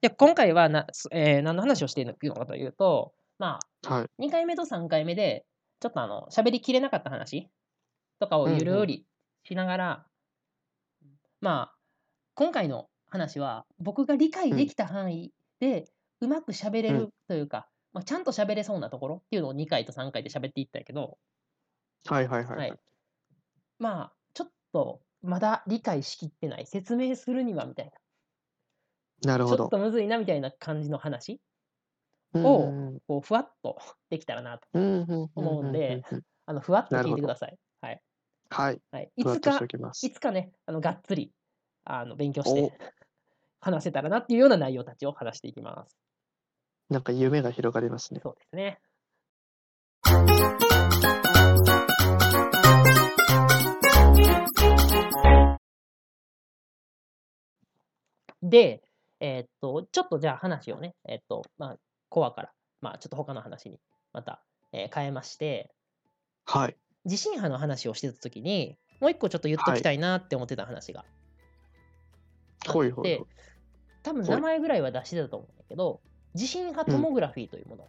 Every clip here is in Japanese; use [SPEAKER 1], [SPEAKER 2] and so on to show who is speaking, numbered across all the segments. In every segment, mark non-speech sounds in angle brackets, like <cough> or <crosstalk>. [SPEAKER 1] で、今回はな、すえー何の話をしているのかというと、ま
[SPEAKER 2] はい。
[SPEAKER 1] あ、2回目と3回目で、ちょっとあの、喋りきれなかった話とかをゆるりしながら、まあ、今回の話は、僕が理解できた範囲で、うまく喋れ
[SPEAKER 2] う
[SPEAKER 1] るというか、まあ、ちゃんと喋れそうなところっていうのを2回と3回で喋っていったんやけど、
[SPEAKER 2] はいはいはい。
[SPEAKER 1] はい、まあちょっとまだ理解しきってない説明するにはみたい
[SPEAKER 2] なる
[SPEAKER 1] な
[SPEAKER 2] ほ
[SPEAKER 1] ちょっ
[SPEAKER 2] ど。
[SPEAKER 1] とむずいなみたいな感じの話
[SPEAKER 2] うん
[SPEAKER 1] を
[SPEAKER 2] うん
[SPEAKER 1] こうふわっと <laughs> できたらなと
[SPEAKER 2] うんうん
[SPEAKER 1] 思うんで。
[SPEAKER 2] ううう
[SPEAKER 1] あのふわっと
[SPEAKER 2] な
[SPEAKER 1] 聞
[SPEAKER 2] る
[SPEAKER 1] い
[SPEAKER 2] ほ
[SPEAKER 1] て
[SPEAKER 2] ど
[SPEAKER 1] ください。はい
[SPEAKER 2] はい。
[SPEAKER 1] はい、い
[SPEAKER 2] ふわっ
[SPEAKER 1] つ
[SPEAKER 2] とし
[SPEAKER 1] か
[SPEAKER 2] ておきます
[SPEAKER 1] い。つかねあのがっつりあの勉強し
[SPEAKER 2] お
[SPEAKER 1] て <laughs> 話せたらなっていうような内容たちを話していきます。
[SPEAKER 2] なんか夢が広がりますね。
[SPEAKER 1] そうですね。で、えーっと、ちょっとじゃあ話をね、えーっと、まあ、コアから、まあ、ちょっと他の話にまた、えー変えまして、
[SPEAKER 2] はい。
[SPEAKER 1] 地震波の話をしてたときに、もう一個ちょっと言っときたいなって思ってた話があ
[SPEAKER 2] ほい
[SPEAKER 1] っ
[SPEAKER 2] ほい
[SPEAKER 1] て
[SPEAKER 2] ほい。、
[SPEAKER 1] 多分
[SPEAKER 2] ほい
[SPEAKER 1] 名前ぐらいは出してたと思うんだけど、地震波トモグラフィーというもの、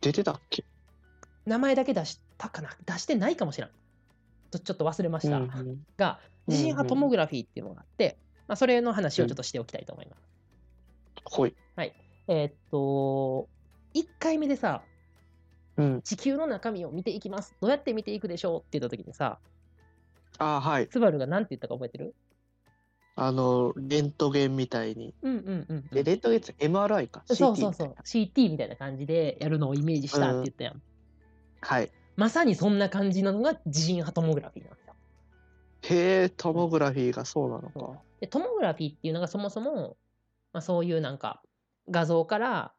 [SPEAKER 2] 出てたっけ
[SPEAKER 1] 名前だけ出したかな出してないかもしれんとちょっと忘れました、
[SPEAKER 2] うんうん
[SPEAKER 1] が地震波トモグラフィーっていうのがあって、まあ、それの話をちょっとしておきたいと思います、
[SPEAKER 2] ほい。
[SPEAKER 1] えーっと1回目でさ
[SPEAKER 2] うん。
[SPEAKER 1] 地球の中身を見ていきますどうやって見ていくでしょうって言った時にさ
[SPEAKER 2] あーはい。
[SPEAKER 1] スバルが何て言ったか覚えてる
[SPEAKER 2] あの、レントゲンみたいに。
[SPEAKER 1] うんうんうん、
[SPEAKER 2] でレントゲンって MRI か。
[SPEAKER 1] そうそう
[SPEAKER 2] CT みた
[SPEAKER 1] そ
[SPEAKER 2] いうな
[SPEAKER 1] CT みたいな感じでやるのをイメージしたって言ったやん、
[SPEAKER 2] はい。
[SPEAKER 1] まさにそんな感じなのが地震波トモグラフィーなんですよ
[SPEAKER 2] へえ、トモグラフィーがそうなのか。
[SPEAKER 1] でトモグラフィーっていうのがそもそも、まあ、そういうなんか画像から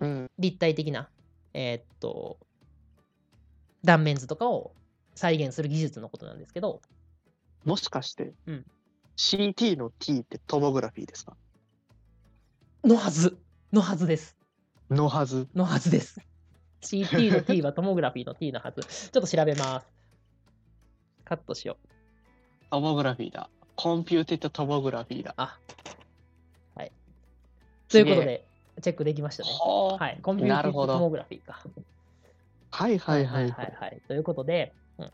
[SPEAKER 2] うん。
[SPEAKER 1] 立体的な、えーっと断面図とかを再現する技術のことなんですけど
[SPEAKER 2] もしかして
[SPEAKER 1] うん、
[SPEAKER 2] CT の T ってトモグラフィーですか
[SPEAKER 1] のはずのはずです
[SPEAKER 2] のはず。
[SPEAKER 1] のはずです CT の T はトモグラフィーの T のはずちょっと調べますカットしよう
[SPEAKER 2] トモグラフィーだ。コンピューテッドトモグラフィーだ。
[SPEAKER 1] あとい
[SPEAKER 2] す
[SPEAKER 1] う
[SPEAKER 2] げえ
[SPEAKER 1] ことでチェックできましたね
[SPEAKER 2] はあ
[SPEAKER 1] はいコンピュー
[SPEAKER 2] な
[SPEAKER 1] テ
[SPEAKER 2] る
[SPEAKER 1] ィ
[SPEAKER 2] ほ
[SPEAKER 1] ブ
[SPEAKER 2] ど
[SPEAKER 1] トモグラフィーか
[SPEAKER 2] はいはいはい
[SPEAKER 1] は
[SPEAKER 2] はいい。
[SPEAKER 1] はいということで、うんま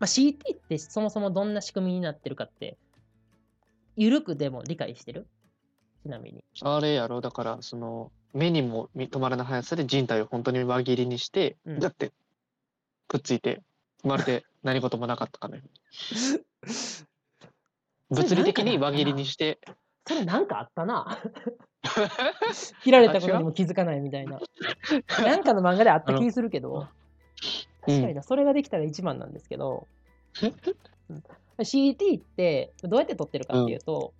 [SPEAKER 1] あ、CT ってそもそもどんな仕組みになってるかって、ゆるくでも理解してるちなみに。
[SPEAKER 2] あれやろ、だから、その、目にも見止まらない速さで人体を本当に輪切りにして、
[SPEAKER 1] うん
[SPEAKER 2] だって、くっついて、まるで何事もなかったかのよ
[SPEAKER 1] <laughs>
[SPEAKER 2] うに物理的に輪切りにして、
[SPEAKER 1] それなんかあった
[SPEAKER 2] <laughs>
[SPEAKER 1] な。切られたこと
[SPEAKER 2] あ違
[SPEAKER 1] に
[SPEAKER 2] う
[SPEAKER 1] も気づかないみたいな。なんかの漫画であった気するけど、
[SPEAKER 2] う
[SPEAKER 1] 確かに
[SPEAKER 2] ん、
[SPEAKER 1] な、それができたら一番なんですけ
[SPEAKER 2] <laughs>
[SPEAKER 1] ど、CT ってどうやって撮ってるかっていうと、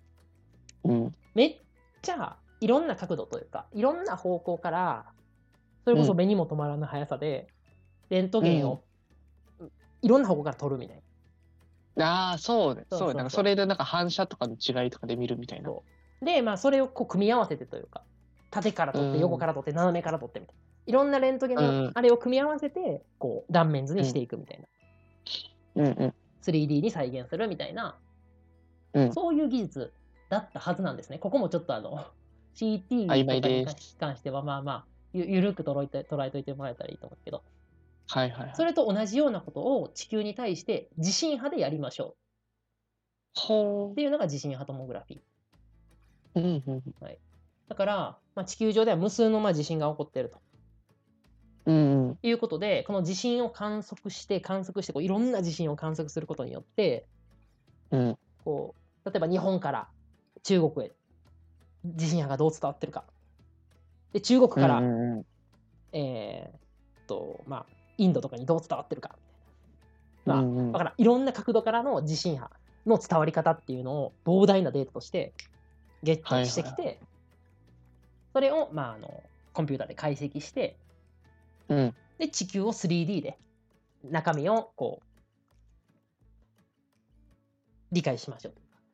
[SPEAKER 2] うん、
[SPEAKER 1] めっちゃいろんな角度というかいろんな方向からそれこそ目にも止まらぬ速さで、レントゲンをいろんな方向から撮るみたいな。
[SPEAKER 2] ああ、そうね、
[SPEAKER 1] そう
[SPEAKER 2] そう
[SPEAKER 1] そう
[SPEAKER 2] ね、なんか
[SPEAKER 1] そう
[SPEAKER 2] それでなんか反射とかの違いとかで見るみたいな。
[SPEAKER 1] そうで、まあ、それをこう組み合わせてというか縦から撮っ
[SPEAKER 2] う
[SPEAKER 1] て
[SPEAKER 2] ん
[SPEAKER 1] 横から撮って斜めから撮ってみたいな。いろんなレントゲン
[SPEAKER 2] う
[SPEAKER 1] の
[SPEAKER 2] ん
[SPEAKER 1] あれを組み合わせてこう断面図にしていくみたいな、
[SPEAKER 2] うんうん。
[SPEAKER 1] 3D に再現するみたいな、
[SPEAKER 2] うん
[SPEAKER 1] そういう技術だったはずなんですねここもちょっとあの CT とか
[SPEAKER 2] 曖昧
[SPEAKER 1] に
[SPEAKER 2] で
[SPEAKER 1] 関してはまあまあゆゆるく捉えて捉えといてもらえたらいいと思うけど
[SPEAKER 2] はいはいはい。
[SPEAKER 1] それと同じようなことを地球に対して地震波でやりましょう
[SPEAKER 2] ほ
[SPEAKER 1] っていうのが地震波トモグラフィー。
[SPEAKER 2] う。うんうん
[SPEAKER 1] だから、まあ、地球上では無数のまあ地震が起こっていると
[SPEAKER 2] うんうん。
[SPEAKER 1] いうことで、この地震を観測して、観測してこう、いろんな地震を観測することによって、
[SPEAKER 2] うん
[SPEAKER 1] こう、例えば日本から中国へ地震波がどう伝わってるか。で、中国から、
[SPEAKER 2] うんうん
[SPEAKER 1] えーっと、まあ、インドとかにどう伝わってるか。
[SPEAKER 2] う
[SPEAKER 1] まあ
[SPEAKER 2] んうん
[SPEAKER 1] だからいろんな角度からの地震波の伝わり方っていうのを膨大なデータとしてゲットしてきて、それを、まあ、あのコンピューターで解析して
[SPEAKER 2] うん
[SPEAKER 1] で地球を 3D で中身をこう理解しましょう、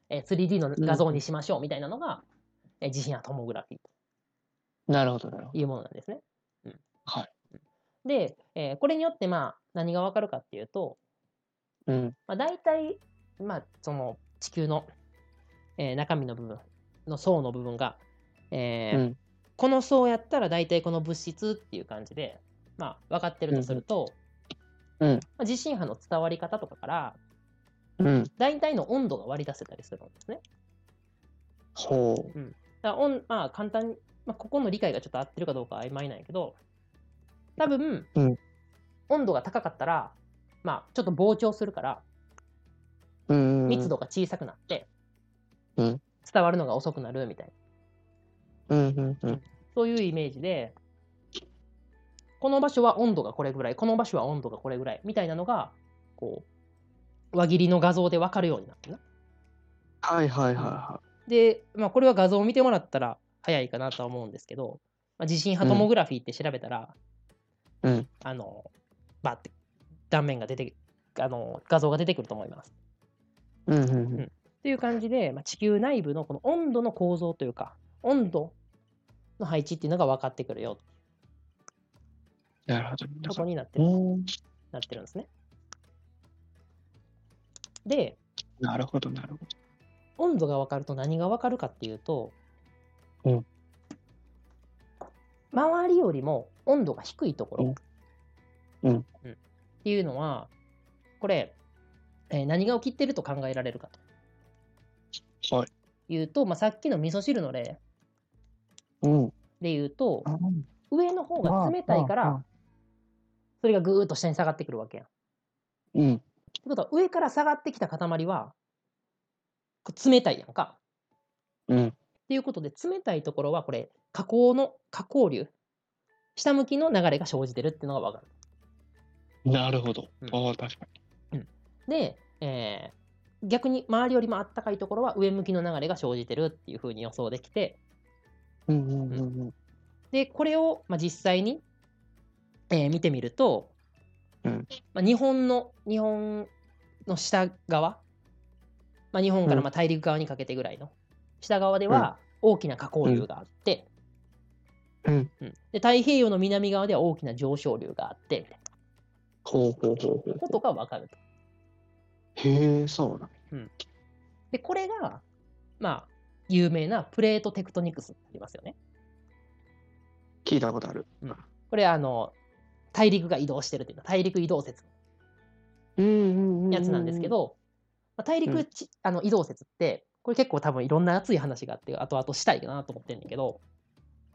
[SPEAKER 1] えー 3D の画像にしましょうみたいなのが、えー地震波トモグラフィー
[SPEAKER 2] なるほどなるほ
[SPEAKER 1] というものなんですね。うん
[SPEAKER 2] はい
[SPEAKER 1] で、えーこれによってまあ何がわかるかっていうと、
[SPEAKER 2] ど。うん
[SPEAKER 1] まあ、大体、まあ、その地球の、えー中身の部分の層の部分が、えー
[SPEAKER 2] うん
[SPEAKER 1] この層やったら大体この物質っていう感じで、まあ、分かってるとすると、
[SPEAKER 2] うんうん
[SPEAKER 1] まあ地震波の伝わり方とかから
[SPEAKER 2] うん。
[SPEAKER 1] 大体の温度が割り出せたりするんですね。
[SPEAKER 2] ほ
[SPEAKER 1] だから温まあ、簡単に、まあ、ここの理解がちょっと合ってるかどうかは曖昧なんやけど多分、
[SPEAKER 2] うん
[SPEAKER 1] 温度が高かったら、まあ、ちょっと膨張するから
[SPEAKER 2] う。うん。
[SPEAKER 1] 密。度が小さくなって、
[SPEAKER 2] うん
[SPEAKER 1] 伝わるのが遅くなるみたいな
[SPEAKER 2] うんうんうん。
[SPEAKER 1] そういうイメージでこの場所は温度がこれぐらいこの場所は温度がこれぐらいみたいなのがこう輪切りの画像で分かるようになってるな。
[SPEAKER 2] はいはいはいは
[SPEAKER 1] で、まあ、これは画像を見てもらったら早いかなとは思うんですけど、まあ、地震波トモグラフィーって調べたら、
[SPEAKER 2] い。うん。
[SPEAKER 1] あのバッて断面が出てあの画像が出てくると思います。
[SPEAKER 2] うんうんうん。
[SPEAKER 1] という感じで、まあ、地球内部のこの温度の構造というか温度の配置っていうのが分かってくるよ
[SPEAKER 2] なるほ
[SPEAKER 1] ってこ
[SPEAKER 2] ど。
[SPEAKER 1] とになってる
[SPEAKER 2] うん
[SPEAKER 1] なってるんですね。で
[SPEAKER 2] なるほどなるほど。
[SPEAKER 1] 温度が分かると何が分かるかっていうと、
[SPEAKER 2] うん
[SPEAKER 1] 周りよりも温度が低いところ、
[SPEAKER 2] うんうん
[SPEAKER 1] っていうのはこれ、えー何が起きてると考えられるか
[SPEAKER 2] は
[SPEAKER 1] と
[SPEAKER 2] い。
[SPEAKER 1] いうと、まあ、さっきの味噌汁の例
[SPEAKER 2] うん。
[SPEAKER 1] で言うと上の方が冷たいか
[SPEAKER 2] あ
[SPEAKER 1] ら。それがぐーっと下に下がってくるわけやん。っ
[SPEAKER 2] あうん。
[SPEAKER 1] てことは上から下がってきた塊はこう冷たいやんか。
[SPEAKER 2] うん。
[SPEAKER 1] っていうことで冷たいところはこれ下降の下降流下向きの流れが生じてるっていうのが分かる。
[SPEAKER 2] なるほど
[SPEAKER 1] う。ん
[SPEAKER 2] ああ、確か
[SPEAKER 1] で、えー逆に周りよりもあったかいところは上向きの流れが生じてるっていうふうに予想できて
[SPEAKER 2] に。うんうんうんうん。
[SPEAKER 1] でこれを、まあ、実際に、えー見てみると、
[SPEAKER 2] うん
[SPEAKER 1] まあ、日本の日本の下側、まあ、日本からまあ大陸側にかけてぐらいの下側では大きな下降流があって、
[SPEAKER 2] うん
[SPEAKER 1] うんで太平洋の南側では大きな上昇流があってみたい
[SPEAKER 2] ほうほうほうほう
[SPEAKER 1] な。ことが分かると。
[SPEAKER 2] へえ、そうなん。
[SPEAKER 1] でこれがまあ有名なプレートテクトニクスになりますよね。
[SPEAKER 2] 聞いたことある。
[SPEAKER 1] これあの大陸が移動してるというのは大陸移動説
[SPEAKER 2] うんうんう
[SPEAKER 1] やつなんですけ。ど、まあ、大
[SPEAKER 2] うん
[SPEAKER 1] 陸ち、あの移動説ってこれ結構多分いろんな熱い話があって後々したいなと思ってんだけど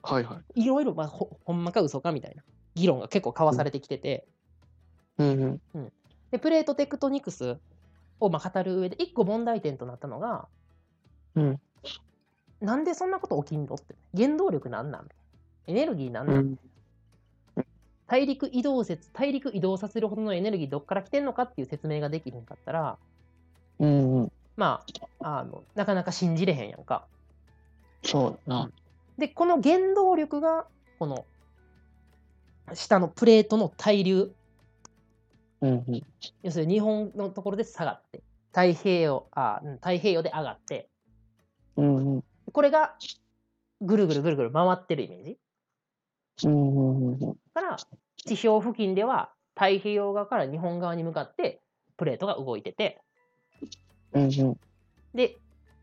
[SPEAKER 2] はいはい。
[SPEAKER 1] いろいろ、まあ、ほほんまか嘘かみたいな議論が結構交わされてきてて、
[SPEAKER 2] うんうん。
[SPEAKER 1] でプレートテクトニクスをまあ語る上で一個問題点となったのが、
[SPEAKER 2] うん
[SPEAKER 1] なんでそんなこと起きんのって原動力なんなんエネルギーなんなん、
[SPEAKER 2] うん
[SPEAKER 1] 大陸移動説大陸移動させるほどのエネルギーどっから来てんのかっていう説明ができへんかったら
[SPEAKER 2] うんうん。
[SPEAKER 1] まああのなかなか信じれへんやんか。
[SPEAKER 2] そうだな。
[SPEAKER 1] でこの原動力がこの下のプレートの対流
[SPEAKER 2] うんうん。
[SPEAKER 1] 要するに日本のところで下がって太平洋あうん太平洋で上がって
[SPEAKER 2] うんうん。
[SPEAKER 1] これがぐるぐるぐるぐる回ってるイメージ
[SPEAKER 2] うんうんうんうん。
[SPEAKER 1] から地表付近では太平洋側から日本側に向かってプレートが動いてて
[SPEAKER 2] うんうん。
[SPEAKER 1] で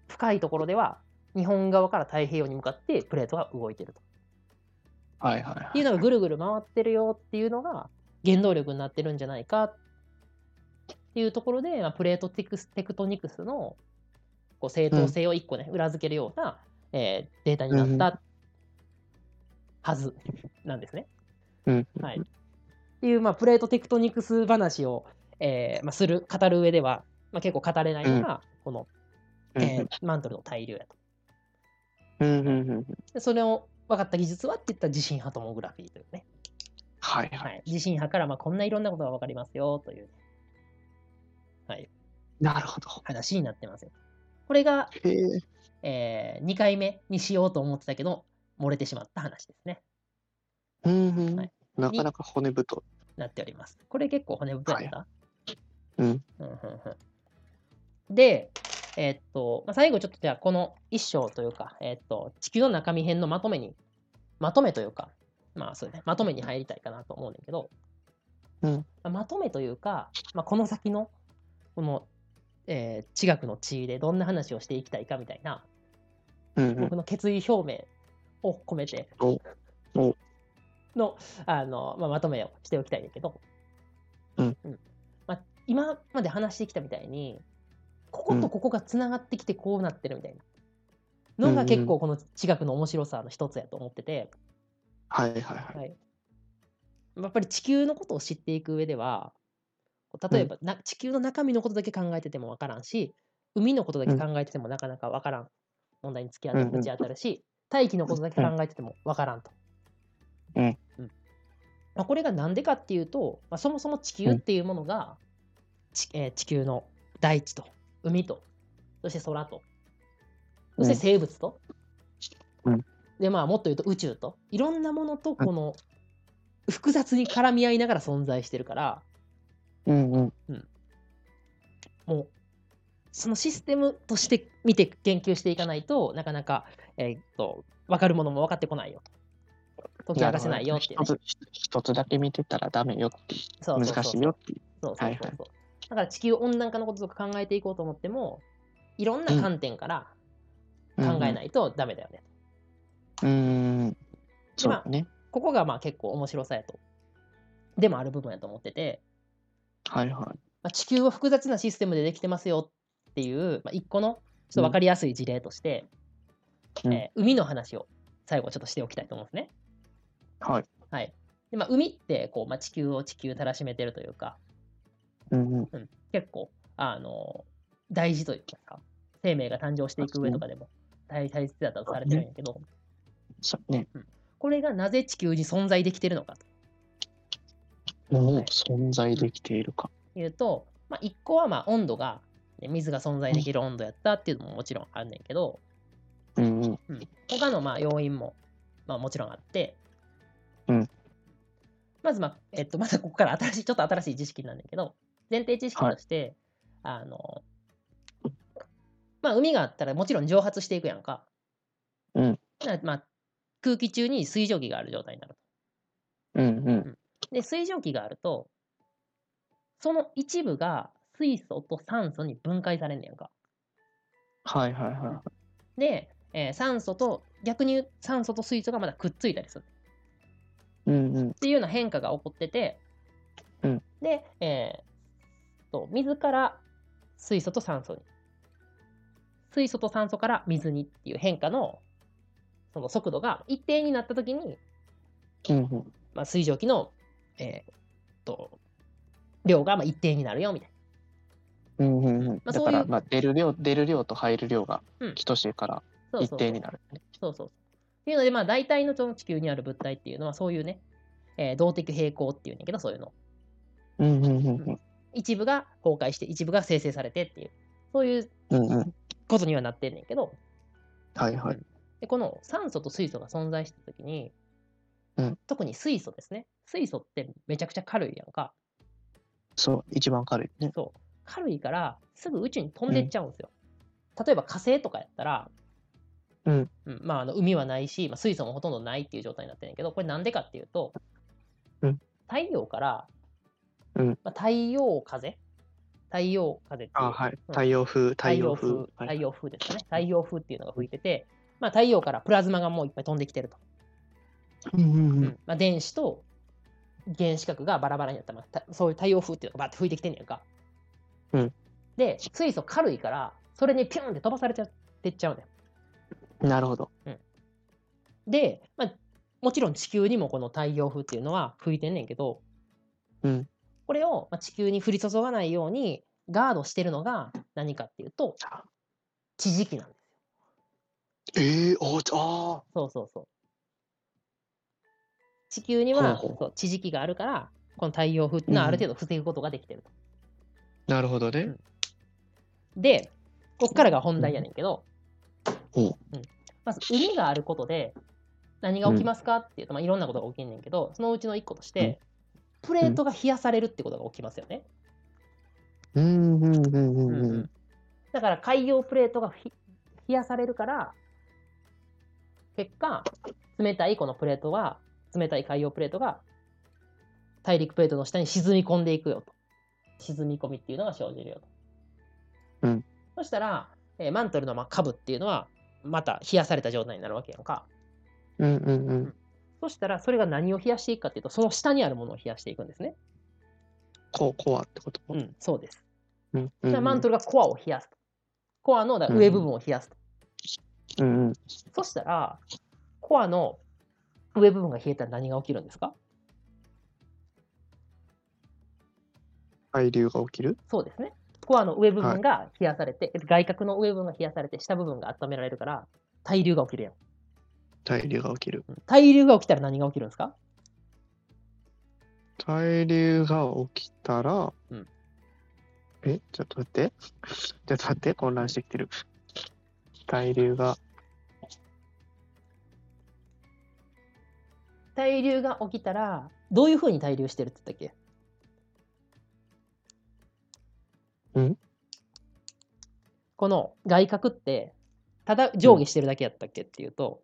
[SPEAKER 1] 深いところでは日本側から太平洋に向かってプレートが動いてると。
[SPEAKER 2] はいはいは
[SPEAKER 1] っていうのがぐるぐる回ってるよっていうのが原動力になってるんじゃないかっていうところで、まあ、プレートテクステクトニクスのこう正当性を一個ね、裏付けるような、えーデータになったはずなんですね。
[SPEAKER 2] うん。
[SPEAKER 1] はい、っていう、まあ、プレートテクトニクス話を、えーまあ、する語る上では、まあ、結構語れないのがこの、えーマントルの対流やと。
[SPEAKER 2] うんうんうん。
[SPEAKER 1] でそれを分かった技術はって言ったら地震波トモグラフィーというね。
[SPEAKER 2] はいは。
[SPEAKER 1] はいい、地震波からまあこんないろんなことが分かりますよという
[SPEAKER 2] なるほど。
[SPEAKER 1] 話になってますよ。これが、
[SPEAKER 2] へえ。
[SPEAKER 1] え2回目にしようと思ってたけど漏れてしまった話ですね。
[SPEAKER 2] うんうん
[SPEAKER 1] はい。
[SPEAKER 2] なかなか骨太。
[SPEAKER 1] なっております。これ結構骨太やった、
[SPEAKER 2] うん。
[SPEAKER 1] うんうんうんで、えーっとまあ、最後ちょっとじゃあこの一章というか、えーっと地球の中身編のまとめにまとめというかまあそうねまとめに入りたいかなと思うんだけど、
[SPEAKER 2] うん
[SPEAKER 1] まあまとめというか、まあ、この先のこの、えー地学の地位でどんな話をしていきたいかみたいな
[SPEAKER 2] うんうん
[SPEAKER 1] 僕の決意表明を込めて
[SPEAKER 2] おお
[SPEAKER 1] のあの、まあ、まとめをしておきたいんだけど、
[SPEAKER 2] うん
[SPEAKER 1] まあ、今まで話してきたみたいにこことここがつながってきてこうなってるみたいなのが結構この地学の面白さの一つやと思ってて、
[SPEAKER 2] はいはいはい。
[SPEAKER 1] はい、やっぱり地球のことを知っていく上では例えばな、地球の中身のことだけ考えてても分からんし海のことだけ考えててもなかなか分からん問題に突き当た
[SPEAKER 2] うんうん
[SPEAKER 1] ぶち当たるし大気のことだけ考えてても分からんと。
[SPEAKER 2] うん
[SPEAKER 1] うんまあ、これが何でかっていうと、まあ、そもそも地球っていうものが、ちえー地球の大地と海とそして空とそして生物と、
[SPEAKER 2] うん
[SPEAKER 1] でまあもっと言うと宇宙といろんなものとこの複雑に絡み合いながら存在してるから
[SPEAKER 2] うんうん。
[SPEAKER 1] もうそのシステムとして見て研究していかないとなかなか、えーっと分かるものも分かってこないよ解き明かせないよっていうね、
[SPEAKER 2] なるほど一つ一つだけ見てたらダメよっていう
[SPEAKER 1] そうそうそう
[SPEAKER 2] 難しいよっていう。
[SPEAKER 1] そうそうそう
[SPEAKER 2] はいは
[SPEAKER 1] そう
[SPEAKER 2] い。
[SPEAKER 1] だから地球温暖化のこととか考えていこうと思ってもいろんな観点から考えないいとダメだよね、
[SPEAKER 2] うん。そうだね。
[SPEAKER 1] ここがまあ結構面白さやとでもある部分やと思ってて、
[SPEAKER 2] はいはい。
[SPEAKER 1] まあ、地球は複雑なシステムでできてますよっていう、まあ、一個のちょっと分かりやすい事例として、
[SPEAKER 2] うん
[SPEAKER 1] えー海の話を最後ちょっとしておきたいと思うんですね。
[SPEAKER 2] はい。
[SPEAKER 1] はいでまあ、海ってこう、まあ、地球を地球たらしめてるというか
[SPEAKER 2] うんうん。
[SPEAKER 1] 結構、あのー大事というか生命が誕生していく上とかでも大大切だとされてるんやけど
[SPEAKER 2] そうね。
[SPEAKER 1] これがなぜ地球に存在できてるのか
[SPEAKER 2] もう存在できているか。
[SPEAKER 1] というと、まあ、一個はまあ温度がね水が存在できる温度やったっていうのももちろんあるねんけど、
[SPEAKER 2] うんうん。
[SPEAKER 1] うん、他のまあ要因も、まあ、もちろんあって、
[SPEAKER 2] うん、
[SPEAKER 1] まず、まあえっと、またここから新しいちょっと新しい知識なんだけど前提知識として、あのまあ、海があったらもちろん蒸発していくやんか、
[SPEAKER 2] うん
[SPEAKER 1] なまあ、空気中に水蒸気がある状態になる
[SPEAKER 2] うんうん。
[SPEAKER 1] で水蒸気があるとその一部が水素と酸素に分解されんねやんか
[SPEAKER 2] はいはいは
[SPEAKER 1] で、えー酸素と逆に言う酸素と水素がまだくっついたりする
[SPEAKER 2] い。うんうん。
[SPEAKER 1] っていうような変化が起こってて、
[SPEAKER 2] うん
[SPEAKER 1] で、えー、と水から水素と酸素に水素と酸素から水にっていう変化のその速度が一定になった時に、
[SPEAKER 2] うんうん。
[SPEAKER 1] まあ、水蒸気の、えー、と量がまあ一定になるよみたい
[SPEAKER 2] うんうんうん
[SPEAKER 1] まあ
[SPEAKER 2] だ
[SPEAKER 1] そうい
[SPEAKER 2] か
[SPEAKER 1] う
[SPEAKER 2] ら、まあ、出る量、出る量と入る量が
[SPEAKER 1] うん
[SPEAKER 2] 等しいから
[SPEAKER 1] な。そう
[SPEAKER 2] 一
[SPEAKER 1] そう
[SPEAKER 2] 定になる。
[SPEAKER 1] そうそう。っていうので、まあ、大体のその地球にある物体っていうのはそういうね、えー動的平衡っていうんだけどそういうの
[SPEAKER 2] うんうんうん
[SPEAKER 1] 一部が崩壊して一部が生成されてっていうそういう
[SPEAKER 2] うん。うんうん。
[SPEAKER 1] ことにはなってんねんけど、
[SPEAKER 2] はいはい。
[SPEAKER 1] でこの酸素と水素が存在した時に、
[SPEAKER 2] うん
[SPEAKER 1] 特に水素ですね水素ってめちゃくちゃ軽いやんか
[SPEAKER 2] そう、一番軽いね。
[SPEAKER 1] そう軽いからすぐ宇宙に飛んでっちゃうんですよ、例えば火星とかやったら、
[SPEAKER 2] うん
[SPEAKER 1] まあ、あの海はないし、まあ、水素もほとんどないっていう状態になってるんやけどこれなんでかっていうと、
[SPEAKER 2] うん
[SPEAKER 1] 太陽から、
[SPEAKER 2] うん
[SPEAKER 1] まあ、太陽風太陽風っていう
[SPEAKER 2] あはい。
[SPEAKER 1] うん
[SPEAKER 2] 太陽風、太
[SPEAKER 1] 太
[SPEAKER 2] 陽
[SPEAKER 1] 陽
[SPEAKER 2] 風。
[SPEAKER 1] 風、
[SPEAKER 2] はい
[SPEAKER 1] 太陽風ですかね。太陽風っていうのが吹いてて、まあ、太陽からプラズマがもういっぱい飛んできてると。
[SPEAKER 2] うんうんうん。
[SPEAKER 1] まあ、電子と原子核がバラバラになった、まあ、たそういう太陽風っていうのがバーって吹いてきてんねやんか。
[SPEAKER 2] うん
[SPEAKER 1] で、水素軽いから、それにピュンって飛ばされちゃってっちゃうね
[SPEAKER 2] なるほど。
[SPEAKER 1] ん。で、まあ、もちろん地球にもこの太陽風っていうのは吹いてんねんけど、
[SPEAKER 2] うん
[SPEAKER 1] これをまあ地球に降り注がないようにガードしてるのが何かっていうと、地磁気なんです。
[SPEAKER 2] ええおあ
[SPEAKER 1] そうそうそう。地球には
[SPEAKER 2] ほうほう
[SPEAKER 1] そう地磁気があるから、この太陽風っていうのはある程度防ぐことができてると。
[SPEAKER 2] あ。なるほどね。
[SPEAKER 1] で、こっからが本題やねんけど、
[SPEAKER 2] うん
[SPEAKER 1] うんまず海があることで何が起きますかっていうと、まあ、いろんなことが起きんねんけど、そのうちの一個として、プレートが冷やされるってことが起きますよね。
[SPEAKER 2] うんうんうんうん
[SPEAKER 1] うんう
[SPEAKER 2] うん
[SPEAKER 1] ん。だから海洋プレートがひ冷やされるから、結果、冷たいこのプレートは、冷たい海洋プレートが大陸プレートの下に沈み込んでいくよと。沈み込みっていうのが生じるよと。
[SPEAKER 2] うん
[SPEAKER 1] そしたら、えーマントルのまあ下部っていうのは、また冷やされた状態になるわけやんか。
[SPEAKER 2] うんうんうん。
[SPEAKER 1] そしたら、それが何を冷やしていくかっていうと、その下にあるものを冷やしていくんですね。
[SPEAKER 2] ココアってこと。
[SPEAKER 1] う。ん、そうです。
[SPEAKER 2] うんう
[SPEAKER 1] じ
[SPEAKER 2] んう
[SPEAKER 1] ゃあ、
[SPEAKER 2] ん。
[SPEAKER 1] マントルがコアを冷やすと。コアのだから上部分を冷やすと。
[SPEAKER 2] うんうん。
[SPEAKER 1] そしたら、コアの上部分が冷えたら何が起きるんですか
[SPEAKER 2] 海流が起きる。
[SPEAKER 1] そうですね。コアの上部分が冷やされて、外角の上部分が冷やされて、下部分が温められるから、対流が起きるやん。
[SPEAKER 2] 対流が起きる。
[SPEAKER 1] うん対流が起きたら何が起きるんですか
[SPEAKER 2] 対流が起きたら。
[SPEAKER 1] うん
[SPEAKER 2] え、ちょっと待って。ちょっと待って、混乱してきてる。対流が。
[SPEAKER 1] 対流が起きたら、どういうふうに対流してるって言ったっけ
[SPEAKER 2] ん
[SPEAKER 1] この外角って、ただ上下してるだけやったっけっていうと、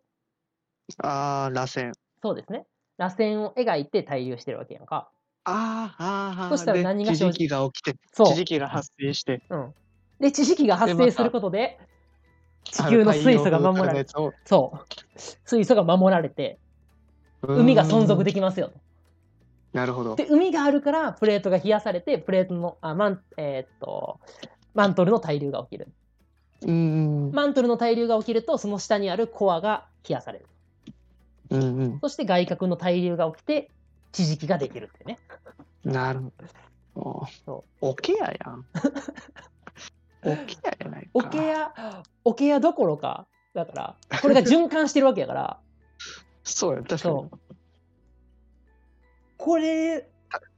[SPEAKER 2] ああ、螺旋。
[SPEAKER 1] そうですね。螺旋を描いて対流してるわけやんか。
[SPEAKER 2] ああ、ああ、ああ。
[SPEAKER 1] そしたら何が
[SPEAKER 2] で
[SPEAKER 1] 生
[SPEAKER 2] 地
[SPEAKER 1] じ
[SPEAKER 2] 磁気が起きて、
[SPEAKER 1] そう。
[SPEAKER 2] 地磁気が発生して、
[SPEAKER 1] うん、で地磁気が発生することで地球の
[SPEAKER 2] あ太
[SPEAKER 1] 水
[SPEAKER 2] 陽
[SPEAKER 1] 素が守ら
[SPEAKER 2] 風
[SPEAKER 1] れ
[SPEAKER 2] 熱を
[SPEAKER 1] そう水素が守られて海が存続で
[SPEAKER 2] き
[SPEAKER 1] きますよと
[SPEAKER 2] なるほど。
[SPEAKER 1] で海があるからプレートが冷やされてプレートのあマン,、えーっとマントルの対流が起きる
[SPEAKER 2] うんうん。
[SPEAKER 1] マントルの対流が起きるとその下にあるコアが冷やされる
[SPEAKER 2] うんうん。
[SPEAKER 1] そして外角の対流が起きて地磁気ができるっていうね
[SPEAKER 2] なるほど
[SPEAKER 1] そ。
[SPEAKER 2] おけやや
[SPEAKER 1] <laughs>
[SPEAKER 2] ん。おけややないか。
[SPEAKER 1] 桶屋桶屋どころかだからこれが循環してるわけやから
[SPEAKER 2] そうや、確かに
[SPEAKER 1] そ。うこれ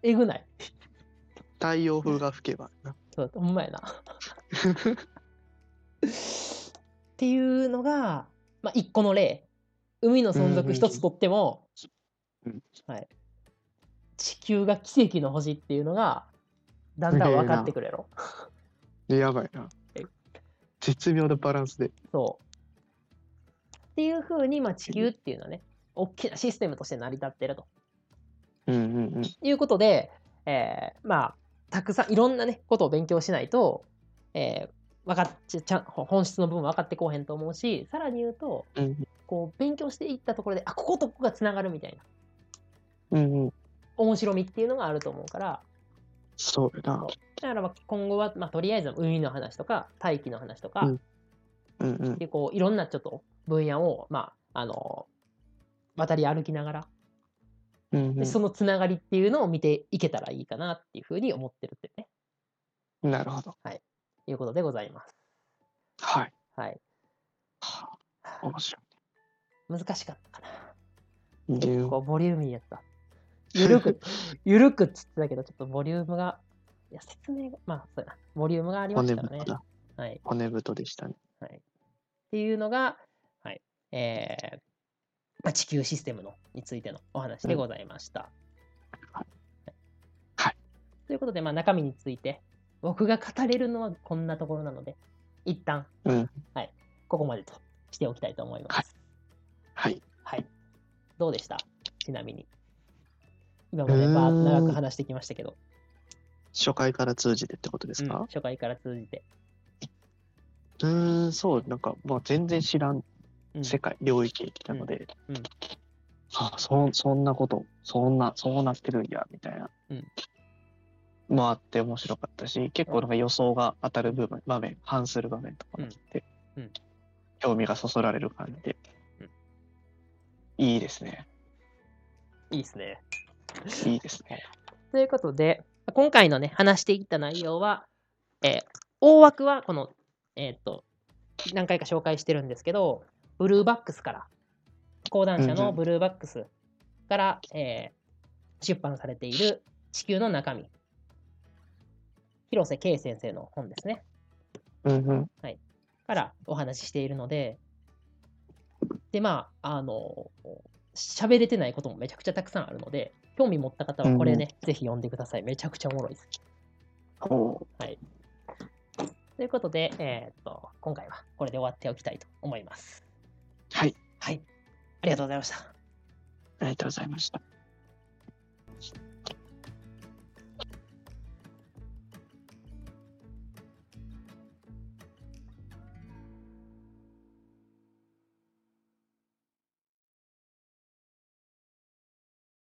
[SPEAKER 1] えぐない
[SPEAKER 2] 太陽風が吹けばな。
[SPEAKER 1] そうほんまやな。っていうのが、まあ、一個の例海の存続一つとっても、
[SPEAKER 2] うん
[SPEAKER 1] はい、地球が奇跡の星っていうのがだんだん分かってくるやろ。
[SPEAKER 2] やばいな
[SPEAKER 1] え。
[SPEAKER 2] 絶妙なバランスで。
[SPEAKER 1] そうっていうふうに、まあ、地球っていうのはね大きなシステムとして成り立ってると
[SPEAKER 2] うんうんうん。
[SPEAKER 1] いうことで、えーまあたくさんいろんなねことを勉強しないと、えー、分かっちゃちゃん本質の部分分かってこうへんと思うしさらに言うと
[SPEAKER 2] うん
[SPEAKER 1] こう勉強していったところであこことここがつながるみたいな
[SPEAKER 2] うんうん。
[SPEAKER 1] 面白みっていうのがあると思うから
[SPEAKER 2] そうやな。
[SPEAKER 1] だからまあ今後は、まあ、とりあえず海の話とか大気の話とか、
[SPEAKER 2] うんうんうん。
[SPEAKER 1] でこういろんなちょっと分野を、まあ、あの渡り歩きながら
[SPEAKER 2] うん
[SPEAKER 1] でそのつながりっていうのを見ていけたらいいかなっていうふうに思ってるってね
[SPEAKER 2] うん。なるほど。
[SPEAKER 1] いうことでございます。
[SPEAKER 2] はい。
[SPEAKER 1] はい、
[SPEAKER 2] はあ面白
[SPEAKER 1] 難しかったかな。
[SPEAKER 2] い。
[SPEAKER 1] 結構ボリューミーや
[SPEAKER 2] <laughs>
[SPEAKER 1] った。
[SPEAKER 2] ゆ
[SPEAKER 1] ゆるく、ゆるくっつってたけど、ちょっとボリュームが、いや、説明が、まあ、そうやな、ボリュームがありまし
[SPEAKER 2] 骨
[SPEAKER 1] たから
[SPEAKER 2] 太
[SPEAKER 1] ね。
[SPEAKER 2] だ。
[SPEAKER 1] はい。
[SPEAKER 2] 骨太でしたね。
[SPEAKER 1] っていうのが、はい。えーまあ、地球システムのについてのお話でございました。
[SPEAKER 2] はい
[SPEAKER 1] はいということで、まあ、中身について、僕が語れるのはこんなところなので、一旦、
[SPEAKER 2] うん
[SPEAKER 1] はい。ここまでとしておきたいと思います。
[SPEAKER 2] はいはい。
[SPEAKER 1] はい。どうでしたちなみに。今までバーッと長く話してきましたけど、
[SPEAKER 2] 初回から通じてってことで
[SPEAKER 1] う
[SPEAKER 2] す
[SPEAKER 1] ん
[SPEAKER 2] か
[SPEAKER 1] 初回から通じて。
[SPEAKER 2] うーん、そう、なんか、もう全然知らん
[SPEAKER 1] うん
[SPEAKER 2] 世界、領域へ来たので、
[SPEAKER 1] うんうん
[SPEAKER 2] あそそんなこと、そんな、そうなってるんや、みたいな、
[SPEAKER 1] うん
[SPEAKER 2] もあって面白かったし、結構なんか予想が当たる部分、場面、反する場面とかもあって、
[SPEAKER 1] うんうん
[SPEAKER 2] 興味がそそられる感じで、
[SPEAKER 1] うん
[SPEAKER 2] いいですね。
[SPEAKER 1] いいですね。
[SPEAKER 2] いいですね。
[SPEAKER 1] ということで、今回のね、話していった内容は、えー大枠はこの、えーっと、何回か紹介してるんですけど、ブルーバックスから、講談社
[SPEAKER 2] うんう
[SPEAKER 1] の
[SPEAKER 2] ん
[SPEAKER 1] ブルーバックスから、えー出版されている地球の中身。広瀬圭先生の本ですね。
[SPEAKER 2] うんうん。
[SPEAKER 1] からお話ししているので、で、まあ、あの、喋れてないこともめちゃくちゃたくさんあるので、興味持った方はこれね、ぜひ読んでください。めちゃくちゃおもろいです。
[SPEAKER 2] おう
[SPEAKER 1] ということで、えーっと、今回はこれで終わっておきたいと思います。
[SPEAKER 2] はい、
[SPEAKER 1] はい。ありがとうございました。
[SPEAKER 2] ありがとうございました。